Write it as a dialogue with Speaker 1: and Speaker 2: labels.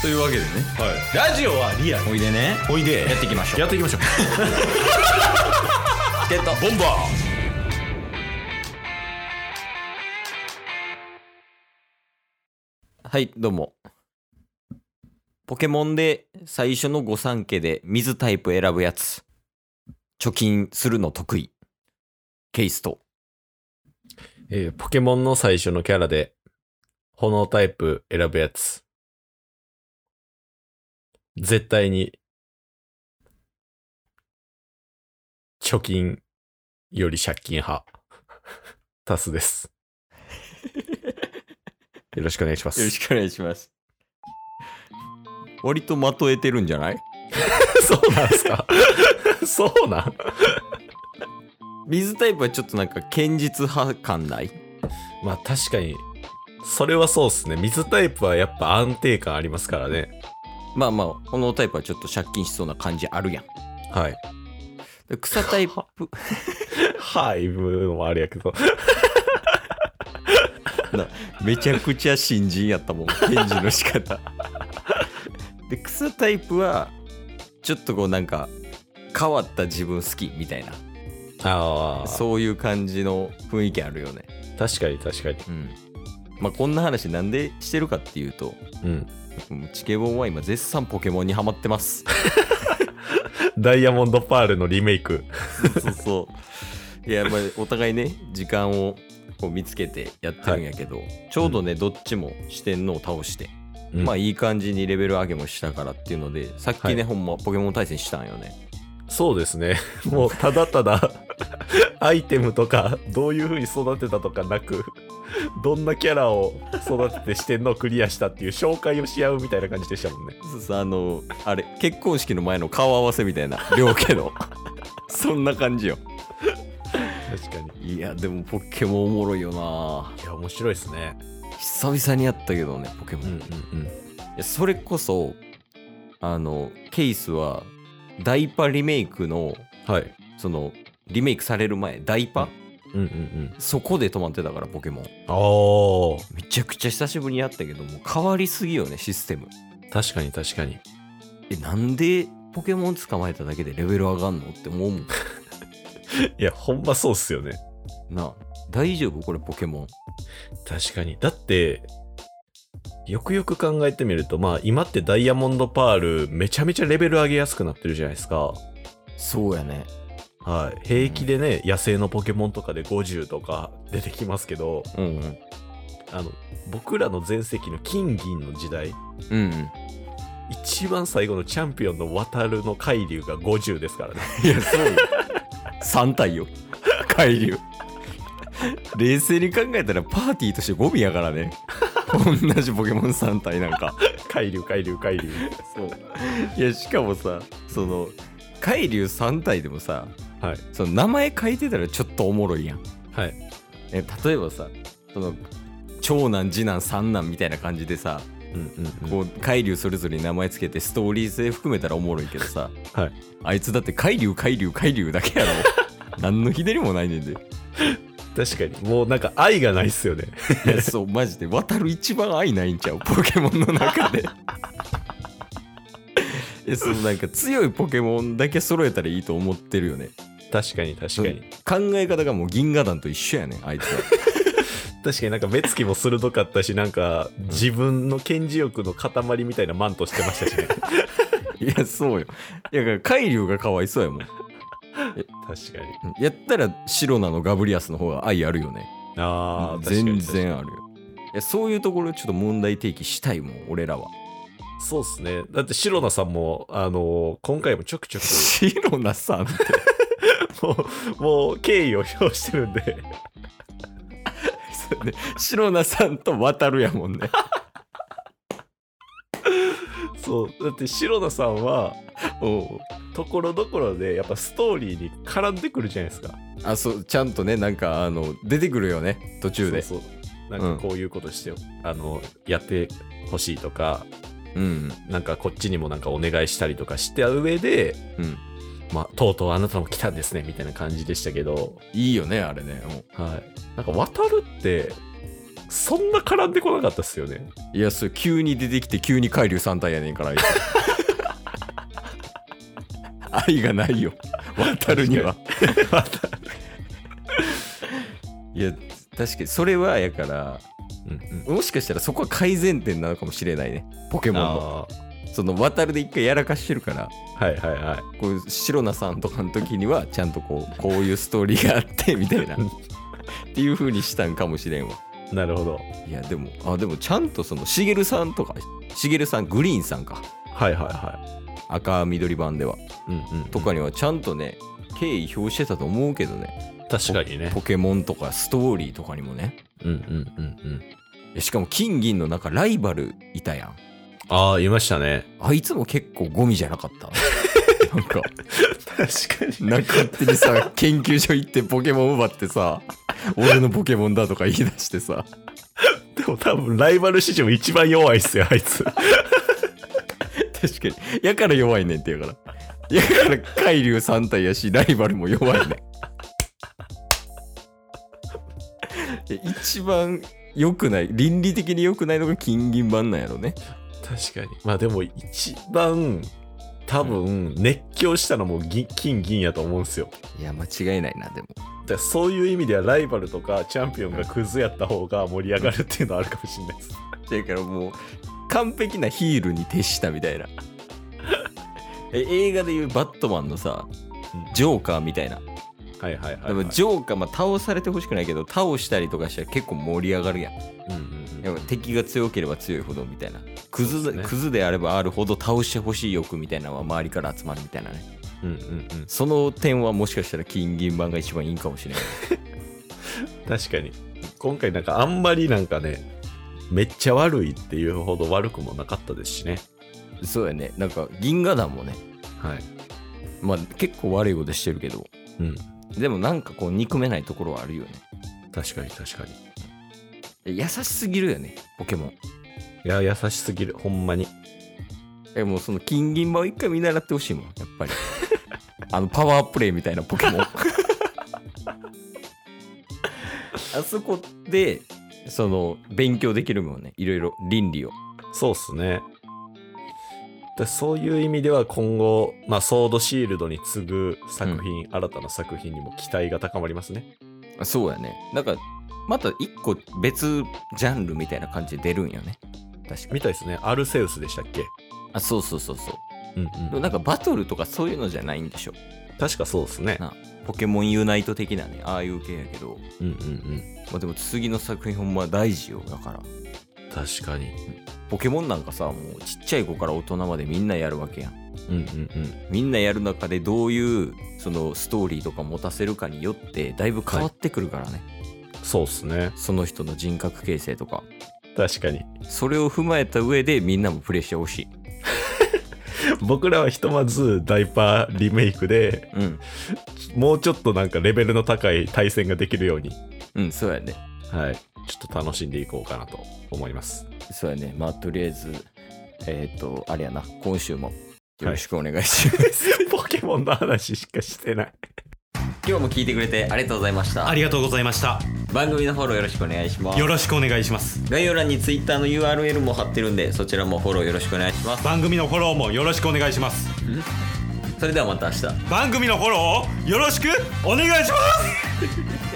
Speaker 1: というわけでね
Speaker 2: はい、ラジオはリアル
Speaker 1: おいでね
Speaker 2: おいで
Speaker 1: やっていきましょう
Speaker 2: やっていきましょう
Speaker 1: ゲット
Speaker 2: ボンバ
Speaker 1: はいどうもポケモンで最初の御三家で水タイプ選ぶやつ貯金するの得意ケイスト
Speaker 2: ー、えーポケモンの最初のキャラで炎タイプ選ぶやつ絶対に貯金より借金派タスですよろしくお願いします
Speaker 1: よろしくお願いします割とまとえてるんじゃない
Speaker 2: そうなんすかそうなん
Speaker 1: 水タイプはちょっとなんか堅実派感ない
Speaker 2: まあ確かにそれはそうっすね水タイプはやっぱ安定感ありますからね
Speaker 1: まあまあこのタイプはちょっと借金しそうな感じあるやん
Speaker 2: はい
Speaker 1: で草タイプ
Speaker 2: はい、もあれやけど。
Speaker 1: めちゃくちゃ新人やったもん返事の仕方 で草タイプはちょっとこうなんか変わった自分好きみたいな
Speaker 2: ああ、そう。
Speaker 1: そういう感じの雰囲気あるよね
Speaker 2: 確かに確かに。
Speaker 1: うんまあこんな話なんでしてるかっていうと
Speaker 2: うん。
Speaker 1: チケボンは今絶賛ポケモンにハマってます
Speaker 2: ダイヤモンドパールのリメイク。
Speaker 1: そうそうそういやまあお互いね時間をこう見つけてやってるんやけど、ちょうどね、どっちも四天王を倒して
Speaker 2: うん
Speaker 1: まあいい感じにレベル上げもしたからっていうのでさっきね、
Speaker 2: はい
Speaker 1: ほんまポケモン対戦したんよね
Speaker 2: そうですね。 もうただただ、アイテムとか、どういう風に育てたとかなく、どんなキャラを育ててしてんのをクリアしたっていう紹介をし合うみたいな感じでしたもんね。
Speaker 1: そうそうあのあれ結婚式の前の顔合わせみたいな 両家のそんな感じよ
Speaker 2: 確かに。
Speaker 1: いやでもポケモンおもろいよない
Speaker 2: や、面白いですね。
Speaker 1: 久々にやったけどねポケモン、い
Speaker 2: うん。
Speaker 1: やそれこそあのケイスはダイパリメイクの
Speaker 2: はい。
Speaker 1: そのリメイクされる前ダイパ、
Speaker 2: うんうんうん。
Speaker 1: そこで止まってたからポケモン
Speaker 2: ああ、
Speaker 1: めちゃくちゃ久しぶりにやったけどもう変わりすぎよねシステム
Speaker 2: 確かに確かに。
Speaker 1: えなんでポケモン捕まえただけでレベル上がんのって思うもん
Speaker 2: いや、ほんまそうっすよね。
Speaker 1: な あ大丈夫これポケモン
Speaker 2: 確かに。だって、よくよく考えてみると、まあ今ってダイヤモンドパールめちゃめちゃレベル上げやすくなってるじゃないですか。
Speaker 1: そうやね
Speaker 2: はい。平気でね、野生のポケモンとかで50とか出てきますけど、
Speaker 1: うんうん
Speaker 2: あの、僕らの全盛期の金銀の時代、
Speaker 1: うん
Speaker 2: 一番最後のチャンピオンの渡るの海流が50ですからね。
Speaker 1: いやそうよ 3体よ海流冷静に考えたらパーティーとしてゴミやから ね同じポケモン3体なんか
Speaker 2: 海流、海流、海流。
Speaker 1: そう いやしかもさその海流3体でもさ
Speaker 2: はい。
Speaker 1: その名前書いてたらちょっとおもろいやん
Speaker 2: はい。
Speaker 1: え例えばさその長男次男三男みたいな感じでさ
Speaker 2: うんうん、うん。
Speaker 1: こう海流それぞれに名前つけてストーリー性含めたらおもろいけどさ、
Speaker 2: はい
Speaker 1: あいつだって海流海流海流だけやろ 何のひねりもないねんで
Speaker 2: 確かに。もうなんか愛がないっすよね。
Speaker 1: いやそうマジで渡る一番愛ないんちゃうポケモンの中で いやそのなんか強いポケモンだけ揃えたらいいと思ってるよね
Speaker 2: 確かに確かに。
Speaker 1: 考え方がもう銀河団と一緒やねんあい つは
Speaker 2: 確かになんか目つきも鋭かったしなんか自分の顕示欲の塊みたいなマントしてまし たしね確か
Speaker 1: いやそうよいやだから海流がかわいそうやもん
Speaker 2: に
Speaker 1: やったら白なのガブリアスの方が愛あるよね。
Speaker 2: あー確か
Speaker 1: 全
Speaker 2: に
Speaker 1: 然あるよ。いやそういうところちょっと問題提起したいもん、俺らは。
Speaker 2: そうっすねだってシロナさんもあのー今回もちょくちょ く
Speaker 1: 白なさん って。
Speaker 2: もうもう敬意を表してるんで
Speaker 1: そうね白なさんと渡るやも んね。
Speaker 2: そうだってシロナさんは
Speaker 1: お
Speaker 2: ところどころでやっぱストーリーに絡んでくるじゃないですか
Speaker 1: あ、そう、ちゃんとね、なんか、あの、出てくるよね、途中で。
Speaker 2: そうそうなんかこういうことしてよ、あのやってほしいとか
Speaker 1: うん。
Speaker 2: なんかこっちにもなんかお願いしたりとかした上で
Speaker 1: うん。
Speaker 2: まあ、とうとうあなたも来たんですねみたいな感じでしたけど、
Speaker 1: いいよね、あれね。
Speaker 2: はい、なんか渡るってそんな絡んでこなかったっすよね
Speaker 1: いやそれ急に出てきて急に海流三体やねんからあいつ愛がないよ渡るには いや確かにそれはやから
Speaker 2: うんうん
Speaker 1: もしかしたらそこは改善点なのかもしれないねポケモンの
Speaker 2: あ
Speaker 1: その渡るで一回やらかしてるから
Speaker 2: ーはいはいはい
Speaker 1: こういう白菜さんとかの時にはちゃんとこうこういうストーリーがあってみたいなっていう風にしたんかもしれんわ
Speaker 2: なるほど
Speaker 1: いやでもあでもちゃんとそのしげるさんとかしげるさんグリーンさんか
Speaker 2: はいはいは
Speaker 1: 赤緑版ではい
Speaker 2: うんうん
Speaker 1: とかにはちゃんとね敬意表してたと思うけどね
Speaker 2: 確かにね
Speaker 1: ポケモンとかストーリーとかにもね
Speaker 2: うんうんうんうん
Speaker 1: えしかも金銀の中ライバルいたやん
Speaker 2: ああいましたね
Speaker 1: あいつも結構ゴミじゃなかった なんか
Speaker 2: 確か
Speaker 1: なんか勝手にさ研究所行ってポケモン奪ってさ俺のポケモンだとか言い出してさ
Speaker 2: でも多分ライバル市場一番弱いっすよあいつ
Speaker 1: 確かにやから弱いねんってやからやから海流3体やしライバルも弱いねんいや 一番良くない倫理的に良くないのが金銀版なんやろね
Speaker 2: 確かにまあでも一番多分熱狂したのも銀金銀やと思うんすよ
Speaker 1: いや間違いないなでも
Speaker 2: だからそういう意味ではライバルとかチャンピオンがクズやった方が盛り上がるっていうのはあるかもしれないです
Speaker 1: だからもう完璧なヒールに徹したみたいな え映画でいうバットマンのさ
Speaker 2: うん
Speaker 1: ジョーカーみたいな
Speaker 2: はいはいはい、
Speaker 1: でもジョーカー、まあ、倒されてほしくないけど倒したりとかしたら結構盛り上がるやん
Speaker 2: うんうんう
Speaker 1: や
Speaker 2: ん
Speaker 1: っぱ敵が強ければ強いほどみたいなクズ,、
Speaker 2: そうですね
Speaker 1: クズであればあるほど倒してほしい欲みたいなのは周りから集まるみたいなね
Speaker 2: うんうんうん
Speaker 1: その点はもしかしたら金銀版が一番いいんかもしれない
Speaker 2: 確かに今回なんかあんまりなんかねめっちゃ悪いっていうほど悪くもなかったですしね
Speaker 1: そうやねなんか銀河団もね
Speaker 2: はい
Speaker 1: まあ結構悪いことしてるけど
Speaker 2: うん
Speaker 1: でもなんかこう憎めないところはあるよね
Speaker 2: 確かに確かに
Speaker 1: え優しすぎるよねポケモン
Speaker 2: いや優しすぎるほんまに
Speaker 1: えもうその金銀版を一回見習ってほしいもんやっぱり あのパワープレイみたいなポケモン あそこでその勉強できるもんねいろいろ倫理を
Speaker 2: そうっすねだそういう意味では今後、まあ、ソードシールドに次ぐ作品、新たな作品にも期待が高まりますね
Speaker 1: あそうやねなんかまた一個別ジャンルみたいな感じで出るんよね確か
Speaker 2: みたいですねアルセウスでしたっけ
Speaker 1: あそうそうそうそう
Speaker 2: うん
Speaker 1: でもなんかバトルとかそういうのじゃないんでしょ
Speaker 2: 確かそうですね
Speaker 1: なポケモンユナイト的なねああいう系やけど、
Speaker 2: うんうんうん
Speaker 1: まあ、でも次の作品ほんま大事よだから
Speaker 2: 確かに
Speaker 1: ポケモンなんかさもうちっちゃい子から大人までみんなやるわけやん
Speaker 2: うんうんうん
Speaker 1: みんなやる中でどういうそのストーリーとか持たせるかによってだいぶ変わってくるからね、
Speaker 2: そうっすね
Speaker 1: その人の人格形成とか
Speaker 2: 確かに
Speaker 1: それを踏まえた上でみんなもプレイしてほしい
Speaker 2: 僕らはひとまずダイパーリメイクで
Speaker 1: うん
Speaker 2: もうちょっとなんかレベルの高い対戦ができるように
Speaker 1: うんそうやね
Speaker 2: はいちょっと楽しんでいこうかなと思 います
Speaker 1: そうやねまあとりあえずえっ、とあれやな今週もよろしくお願いします、
Speaker 2: ポケモンの話しかしてない
Speaker 1: 今日も聞いてくれてありがとうございました
Speaker 3: ありがとうございました。
Speaker 1: 番組のフォローよろしくお願いします
Speaker 3: よろしくお願いします。
Speaker 1: 概要欄に Twitter の URL も貼ってるんでそちらもフォローよろしくお願いします
Speaker 3: 番組のフォローもよろしくお願いします。
Speaker 1: それではまた明日
Speaker 3: 番組のフォローをよろしくお願いします